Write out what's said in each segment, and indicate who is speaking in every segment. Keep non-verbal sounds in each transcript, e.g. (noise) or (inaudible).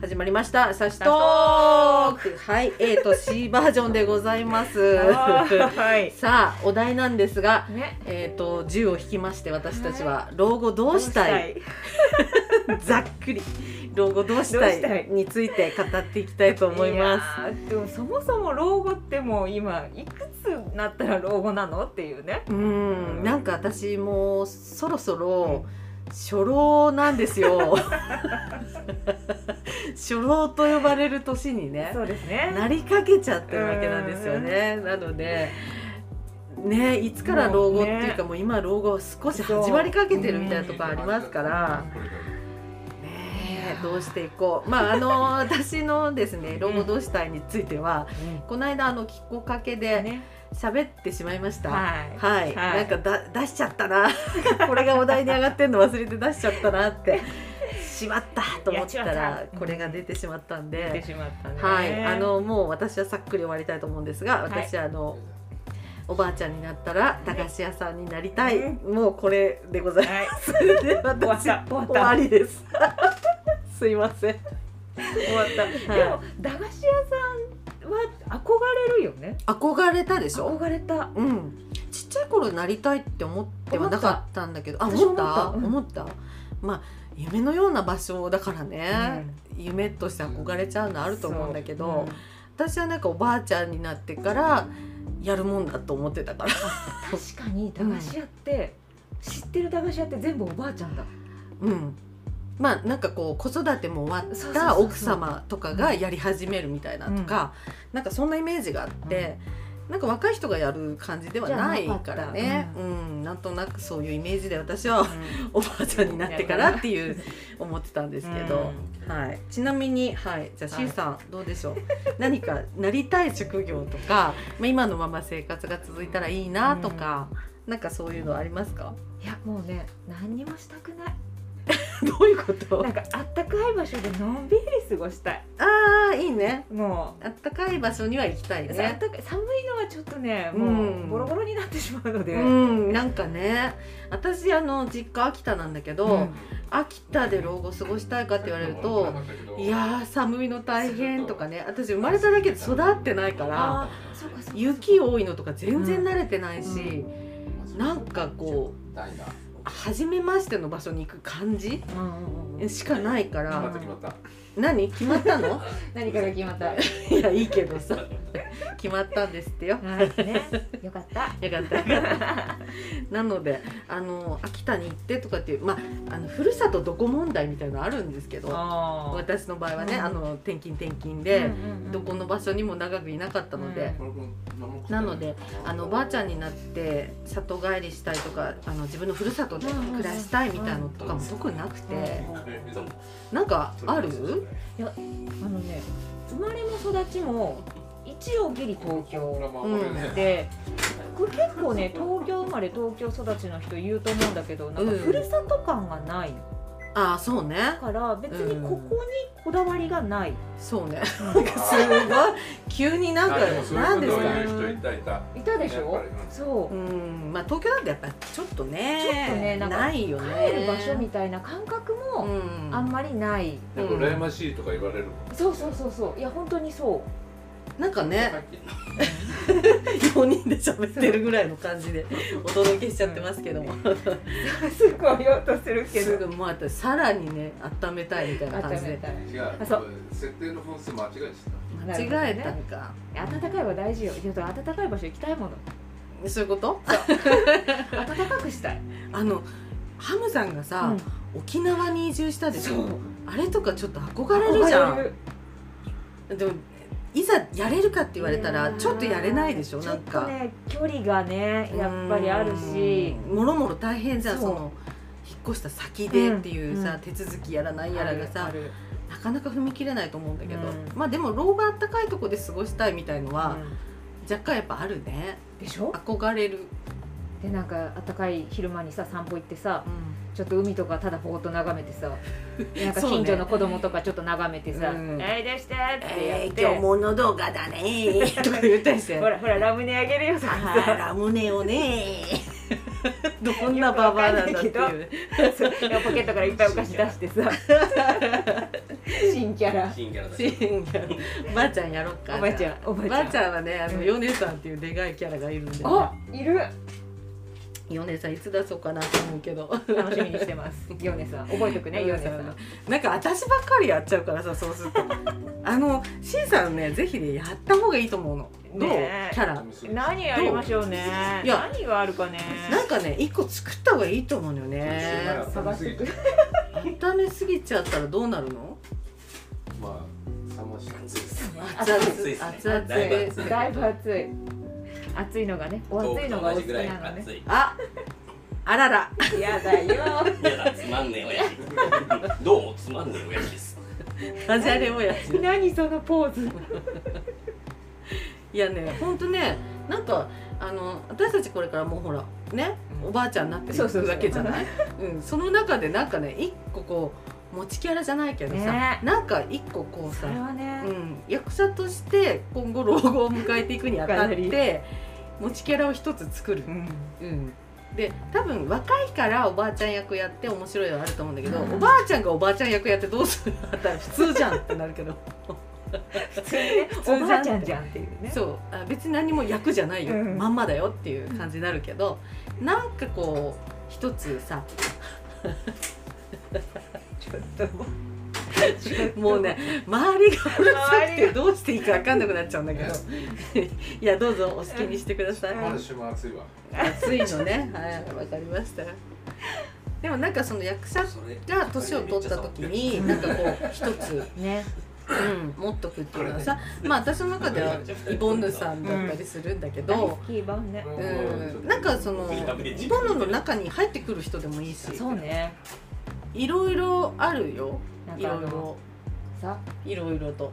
Speaker 1: 始まりました。サシトーク。はい、A と C バージョンでござい (laughs) ます。
Speaker 2: はい。
Speaker 1: さあ、お題なんですが、
Speaker 2: ね。
Speaker 1: えっ、と銃を引きまして私たちは老後どうしたい？ざっくり老後どうした
Speaker 2: どうした
Speaker 1: い
Speaker 2: い
Speaker 1: について語っていきたいと思います。
Speaker 2: す。でもそもそも老後ってもう今いくつなったら老後なのっていうね。
Speaker 1: うん、なんか私もうそろそろ初老なんです (laughs) よ。初老と呼ばれる年にね、
Speaker 2: そうですね。
Speaker 1: なりかけちゃってるわけなんですよね。なので。ね、いつから老後っていうかもう,、今老後少し始まりかけてるみたいなところありますから、ねえどうしていこうまああの私のですね老後どうしたいについてはこの間あのきっかけ
Speaker 2: うん
Speaker 1: で
Speaker 2: ね。
Speaker 1: 喋ってしまいました、
Speaker 2: はい。
Speaker 1: はい、
Speaker 2: はい
Speaker 1: なんかだ出しちゃったな (laughs) これがお題に上がってんの忘れて出しちゃったなってしまったと思った
Speaker 2: いやしま
Speaker 1: ら
Speaker 2: った
Speaker 1: これが出てしまったん
Speaker 2: 出て
Speaker 1: で、
Speaker 2: しまったね。
Speaker 1: はいあのもう私はさっくり終わりたいと思うんですが私はあの、おばあちゃんになったら駄菓子屋さんになりたい、
Speaker 2: う
Speaker 1: もうこれでございま
Speaker 2: (laughs) はい。
Speaker 1: す。で
Speaker 2: 終わっ
Speaker 1: 私
Speaker 2: た終わった
Speaker 1: 終わりです。 (laughs) すいません。
Speaker 2: 終わった。でも駄菓子屋さんは憧れるよね。
Speaker 1: 憧れたでしょ。
Speaker 2: 憧れた。
Speaker 1: うん。ちっちゃい頃なりたいって思ってはなかったんだけど、あ
Speaker 2: 思
Speaker 1: 思っ
Speaker 2: った
Speaker 1: た
Speaker 2: 私も
Speaker 1: 思った。まあ夢のような場所だからね、夢として憧れちゃうのあると思うんだけど、私はなんかおばあちゃんになってからやるもんだと思ってたから。 (laughs)
Speaker 2: そう確かに駄菓子屋って、知ってる駄菓子屋って全部おばあちゃんだ。
Speaker 1: うん、まあなんかこう子育ても終わ
Speaker 2: そうそ
Speaker 1: っ
Speaker 2: うそう
Speaker 1: た
Speaker 2: そう
Speaker 1: 奥様とかがやり始めるみたいなとか、なんかそんなイメージがあって、なんか若い人がやる感じではないから
Speaker 2: じゃなか
Speaker 1: ね
Speaker 2: っ
Speaker 1: うん、なんとなくそういうイメージで私はおばあちゃんになってからっていう思ってたんですけど、はい、ちなみに、はい、じゃあ
Speaker 2: はい
Speaker 1: C さん、どうでしょう (laughs) 何かなりたい職業とか、まあ、今のまま生活が続いたらいいなとか、なんかそういうのありますか (laughs)
Speaker 2: いやもうね何にもしたくない
Speaker 1: どういうこと
Speaker 2: なんかあったかい場所でのんびり過ごしたい
Speaker 1: ああいいね
Speaker 2: もう
Speaker 1: あったかい場所には行きたい
Speaker 2: あっ
Speaker 1: ね。
Speaker 2: たかい寒いのはちょっとね
Speaker 1: うん
Speaker 2: もうボロボロになってしまうので、
Speaker 1: うん、なんかね私あの実家秋田なんだけど、秋田で老後過ごしたいかって言われると、いやー寒いの大変とかね私生まれただけで育ってないから
Speaker 2: あーそうかそうか
Speaker 1: 雪多いのとか全然慣れてないし、なんかこ
Speaker 3: うダイナー
Speaker 1: 初めましての場所に行く感じ
Speaker 2: うんうんうんうん
Speaker 1: しかないか
Speaker 3: 決まっ
Speaker 1: ら
Speaker 3: た決まった
Speaker 1: 何決まったの (laughs)
Speaker 2: 何かが決まったはい
Speaker 1: いやいいけどさ (laughs) 決まったんですってよ。
Speaker 2: ねよ
Speaker 1: (laughs)
Speaker 2: かった
Speaker 1: よかったよかったなのであの秋田に行ってとかっていうまああのふるさとどこ問題みたいなのあるんですけど
Speaker 2: あ
Speaker 1: 私の場合はね、
Speaker 2: うん
Speaker 1: あの転勤転勤で、どこ
Speaker 2: の
Speaker 1: の場所にも長くいなかったので、なのであのおばあちゃんになって里帰りしたいとかあの自分のふるさとで暮らしたいみたいのとかも特になくて、なんかある
Speaker 2: あのね生まれも育ちも一応ギリ東京でこれ結構ね東京生まれ東京育ちの人言うと思うんだけどなんか
Speaker 1: うん
Speaker 2: ふるさと感がない
Speaker 1: ああそうね
Speaker 2: だから別にここにこだわりがない、
Speaker 1: そうねすごい急になんかなんですか
Speaker 2: いたでしょ、そうう、
Speaker 1: んまあ東京なんてやっぱちょっとね
Speaker 2: ちょっとねなんか
Speaker 1: いよね
Speaker 2: 帰る場所みたいな感覚も
Speaker 1: うん
Speaker 2: あんまりない、
Speaker 3: なんか羨ましいとか言われる
Speaker 2: そうそうそうそういや本当にそ
Speaker 1: なんかね4人で喋ってるぐらいの感じでお届けしちゃってますけども (laughs)
Speaker 2: う (laughs) すごい言おうとする
Speaker 1: すぐもうあとさらにね温めたいみたいな
Speaker 2: 温
Speaker 1: 感
Speaker 2: め
Speaker 1: じで
Speaker 2: たい
Speaker 3: 違う設定の本数間違えて
Speaker 1: 間違えたんか
Speaker 2: 暖かいは大事よでも暖かい場所行きたいもの
Speaker 1: そういうこと
Speaker 2: 暖かくしたい
Speaker 1: あのハムさんがさ
Speaker 2: うん
Speaker 1: 沖縄に移住したでしょあれとかちょっと憧れるじゃ
Speaker 2: 憧れ
Speaker 1: ん
Speaker 2: る
Speaker 1: でもいざやれるかって言われたらちょっとやれないでしょなん
Speaker 2: ちょっ
Speaker 1: か
Speaker 2: とね距離がねやっぱりあるし
Speaker 1: うんもろもろ大変じゃんそ
Speaker 2: そう
Speaker 1: の引っ越した先でっていうさ、
Speaker 2: うん
Speaker 1: 手続きやらないやらが
Speaker 2: あ
Speaker 1: さ
Speaker 2: る
Speaker 1: なかなか踏み切れないと思うんだけど、
Speaker 2: うん
Speaker 1: まあでも老後あったかいとこで過ごしたいみたいの
Speaker 2: あ
Speaker 1: は
Speaker 2: る、
Speaker 1: 若干やっぱあるね
Speaker 2: でしょ
Speaker 1: 憧れる、
Speaker 2: でなんか暖かい昼間にさ散歩行ってさちょっと海とかただぼーっと眺めて (laughs) さなんか近所の子供とかちょっと眺めてさ「
Speaker 1: うん
Speaker 2: えい出して!」ってや
Speaker 1: え
Speaker 2: っ
Speaker 1: ー、
Speaker 2: て、
Speaker 1: 今日物動画だね
Speaker 2: (laughs)
Speaker 1: ーとか言ったりして
Speaker 2: ほらほらラムネあげるよとか
Speaker 1: あー
Speaker 2: さ
Speaker 1: ラムネをねー (laughs) どん
Speaker 2: (laughs)
Speaker 1: なババアなんだっていう
Speaker 2: そうポケットからいっぱいお菓子出してさ (laughs) 新キャラ
Speaker 4: 新キャラだ
Speaker 1: シーンがおばあちゃんやろっか
Speaker 2: おばあちゃんお
Speaker 1: お
Speaker 2: ば
Speaker 1: ば
Speaker 2: あ
Speaker 1: あ
Speaker 2: ち
Speaker 1: ち
Speaker 2: ゃん
Speaker 1: ゃんはねあ
Speaker 2: う
Speaker 1: の
Speaker 2: ん
Speaker 1: ヨネさんっていうでかいキャラがいるんで、ね、
Speaker 2: あいる
Speaker 1: ヨネさんいつ出そうかなと思うけど
Speaker 2: 楽しみにしてますヨネさん覚えておくねヨネさん
Speaker 1: (laughs) なんか私ばっかりやっちゃうからさそうするとあのシンさんねぜひねやった方がいいと思うのどう、
Speaker 2: ねえ
Speaker 1: キャラ
Speaker 2: 何やりましょうね
Speaker 1: いや
Speaker 2: 何があるかね
Speaker 1: なんかね一個作った方がいいと思うのよね
Speaker 3: 探すぎて
Speaker 1: 温めすぎちゃったらどうなるの
Speaker 3: まあ冷まして
Speaker 4: 熱いっすね
Speaker 1: 熱々
Speaker 4: 熱いっすね
Speaker 1: 熱々
Speaker 4: だいぶ熱い
Speaker 2: だいぶ暑い暑いのがねお
Speaker 4: 豆
Speaker 2: 暑い
Speaker 4: 腐
Speaker 2: の
Speaker 4: と
Speaker 2: がお好
Speaker 4: 同じ
Speaker 2: き
Speaker 4: ぐらい
Speaker 2: なのね
Speaker 4: 熱い
Speaker 1: ああらら
Speaker 2: やだよ
Speaker 4: いやだつまんねえ親 (laughs) 父どうつまんねえ親父です
Speaker 1: ダジャレおやつ
Speaker 2: 何そのポーズ
Speaker 1: いやねほんとねなんかあの私たちこれからもうほらね
Speaker 4: うん
Speaker 1: おばあちゃんになって
Speaker 2: そうそうそう
Speaker 1: だけじゃないうん、その中でなんかね一個こう持ちキャラじゃないけどさ、
Speaker 2: ね
Speaker 1: なんか一個こう
Speaker 2: そ
Speaker 1: さ、
Speaker 2: れはね
Speaker 1: うん、役者として今後老後を迎えていくにあた
Speaker 2: (laughs)
Speaker 1: って持ちキャラを一つ作る、うん、で多分若いからおばあちゃん役やって面白いのはあると思うんだけど、
Speaker 2: うん
Speaker 1: おばあちゃんがおばあちゃん役やってどうする (laughs) のあったら普通じゃんってなるけど
Speaker 2: 普通にね
Speaker 1: 通じゃん
Speaker 2: おばあちゃんじゃんっていうね
Speaker 1: そうあ別に何も役じゃないよ、
Speaker 2: うん
Speaker 1: まんまだよっていう感じになるけどなんかこう一つさ
Speaker 2: ちょっともう
Speaker 1: もうね周りがうるさく
Speaker 2: 周り
Speaker 1: て
Speaker 2: が
Speaker 1: どうしていいか分かんなくなっちゃうんだけどいやどうぞお好きにしてください。
Speaker 3: マルシュも熱いわ
Speaker 1: 暑いのねはいわかりましたでもなんかその役者
Speaker 4: それ
Speaker 1: が年を取った時になんかこう一つ、
Speaker 2: ね
Speaker 1: うん、持っとくっていうのはさまあ私の中ではイボンヌさんだったりするんだけ
Speaker 2: 大好
Speaker 1: ど、
Speaker 2: き版ね
Speaker 1: うんなんかそのイボンヌの中に入ってくる人でもいいし
Speaker 2: そうね
Speaker 1: いろいろあるよ
Speaker 2: なん
Speaker 1: い
Speaker 2: かあ
Speaker 1: ろい
Speaker 2: の
Speaker 1: ろ
Speaker 2: さ
Speaker 1: いろいろと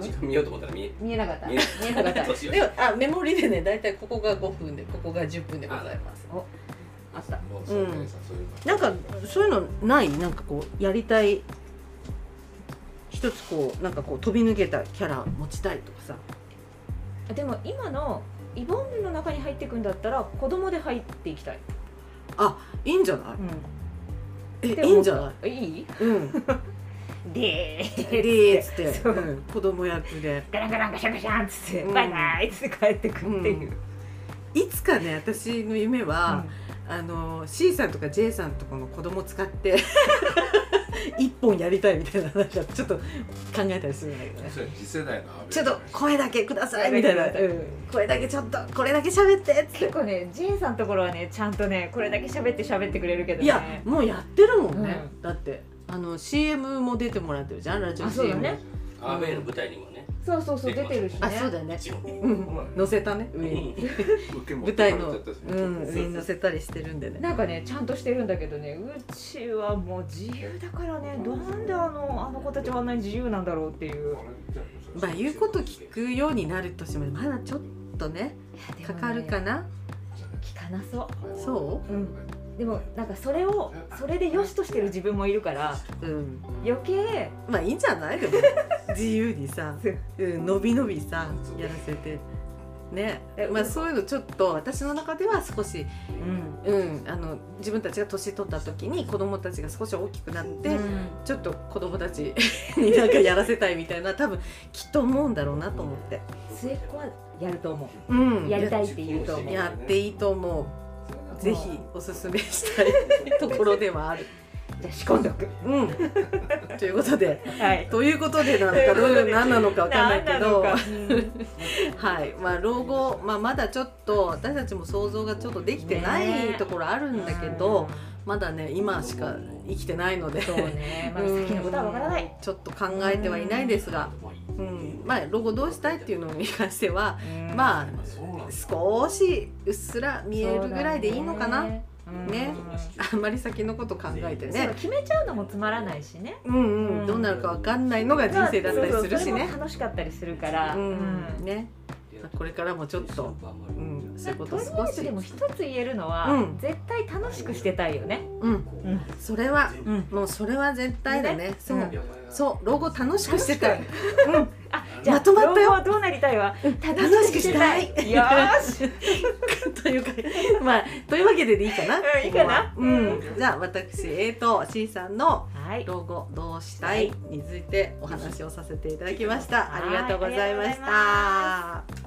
Speaker 4: 時間見ようと思ったら (laughs) 見え
Speaker 2: 見えなかった
Speaker 4: 見
Speaker 2: 見えなかった
Speaker 4: 年寄り
Speaker 1: でもあメモリでね大体ここが5分でここが10分でございます
Speaker 2: (laughs) あった
Speaker 3: もうそうねそういうの
Speaker 1: なんかそういうのないなんかこうやりたい一つこうなんかこう飛び抜けたキャラ持ちたいとかさ
Speaker 2: あでも今のイボンヌの中に入ってくんだったら子供で入っていきたい、
Speaker 1: いいんじゃない
Speaker 2: って
Speaker 1: えい
Speaker 2: 思
Speaker 1: い
Speaker 2: うん
Speaker 1: じゃない
Speaker 2: いい (laughs)
Speaker 1: うん
Speaker 2: で
Speaker 1: でー
Speaker 2: ー
Speaker 1: っつって、
Speaker 2: そう
Speaker 1: うん、子供役で
Speaker 2: ガランガランガシャガシャンっつって、
Speaker 1: うん
Speaker 2: バイバイっつって帰ってくっていう、
Speaker 1: いつかね私の夢は、あの C さんとか J さんとかの子供使って (laughs) 一本やりたいみたいななんかちょっと考えたりするんだけどね
Speaker 3: それ次世代の阿
Speaker 1: (laughs)
Speaker 3: 部
Speaker 1: ちょっと声だけくださいみたいな、
Speaker 2: 声だけくだ
Speaker 1: うん声だけちょっとこれだけ喋ってっつって
Speaker 2: 結構ね J さんのところはねちゃんとねこれだけ喋って喋ってくれるけどね
Speaker 1: いやもうやってるもんね、
Speaker 2: う
Speaker 1: だってあの CM も出てもらってるじゃんラジオ
Speaker 2: あそうだ
Speaker 1: CM
Speaker 2: ね
Speaker 4: アウェイの舞台にもね
Speaker 2: そうそうそう出てるしね
Speaker 1: あそうだね
Speaker 4: 一応ね
Speaker 1: うん乗せたね上に
Speaker 4: う
Speaker 3: 受け持っ
Speaker 1: 舞
Speaker 3: て
Speaker 1: 台
Speaker 3: か
Speaker 1: の、
Speaker 3: れちゃったしね
Speaker 1: うん、上に乗せたりしてるんでね
Speaker 2: なんかねちゃんとしてるんだけどねうちはもう自由だからねなんであのあの子たちはあんなに自由なんだろうっていう
Speaker 1: まあ言うこと聞くようになる年までまだちょっとねかかるか
Speaker 2: な
Speaker 1: な、
Speaker 2: 聞かなそ
Speaker 1: そう
Speaker 2: うんうでもなんかそれをそれで良しとしてる自分もいるから
Speaker 1: うん、
Speaker 2: 余計
Speaker 1: まあいいんじゃないでも自由に (laughs) さ、うん、のびのびさやらせてね
Speaker 2: え
Speaker 1: まあそういうのちょっと私の中では少し
Speaker 2: うん
Speaker 1: うん、あの自分たちが年取った時に子供たちが少し大きくなって、
Speaker 2: うん
Speaker 1: ちょっと子供たち (laughs) になんかやらせたいみたいな多分きっと思うんだろうなと思って、
Speaker 2: 末っ子はやると思
Speaker 1: うん、
Speaker 2: うやりたいって言うと思う
Speaker 1: ややっていいと思うぜひおすすめしたいところではある。
Speaker 2: じゃあ仕込んどく
Speaker 1: うん、 (laughs) ということで
Speaker 2: はい
Speaker 1: ということでなのかどういう何なのかわかんないけど
Speaker 2: 何なのか
Speaker 1: はいまあ老後、まあ、まだちょっと私たちも想像がちょっとできてない
Speaker 2: ね
Speaker 1: ところあるんだけど、まだね今しか生きてないので
Speaker 2: そうねまだ先のことはわからない
Speaker 1: ちょっと考えてはいないですが、うん、まあ老後どうしたいっていうのに関しては
Speaker 2: あ
Speaker 1: まあ
Speaker 4: そうなんです
Speaker 1: 少しうっすら見えるぐらいでいいのかな、ねあんまり先のこと考えて
Speaker 2: そう
Speaker 1: ね
Speaker 2: 決めちゃうのもつまらないしね
Speaker 1: うんうん、
Speaker 2: うん
Speaker 1: どうなるかわかんないのが人生だったりするし
Speaker 2: まあそうそうそれ
Speaker 1: ね
Speaker 2: も。楽しかったりするから
Speaker 1: うん
Speaker 2: うん
Speaker 1: ねこれからもちょっと、うん、そういうこと
Speaker 2: と
Speaker 1: を
Speaker 2: りあ
Speaker 1: 少
Speaker 2: えず
Speaker 1: し
Speaker 2: で、も一つ言えるのは、
Speaker 1: うん
Speaker 2: 絶対楽しくしてたいよね。
Speaker 1: うん、
Speaker 2: うん
Speaker 1: それは
Speaker 2: うん、
Speaker 1: もうそれは絶対だね
Speaker 2: ね
Speaker 1: そう、
Speaker 2: うん
Speaker 1: そう老後楽しくしてたい
Speaker 2: あ
Speaker 1: まとまったよ
Speaker 2: 老後はどうなりたいわ。
Speaker 1: 楽しくしたい
Speaker 2: 楽しくしたいよーし。
Speaker 1: というか (laughs) まあというわけででいいかな、
Speaker 2: うんいいかな
Speaker 1: ここはうん、じゃあ私えーと C さんの
Speaker 2: はい
Speaker 1: 老後どうしたいについてお話をさせていただきました、
Speaker 2: はい
Speaker 1: ありがとうございまし
Speaker 2: ありがとうござい
Speaker 1: た。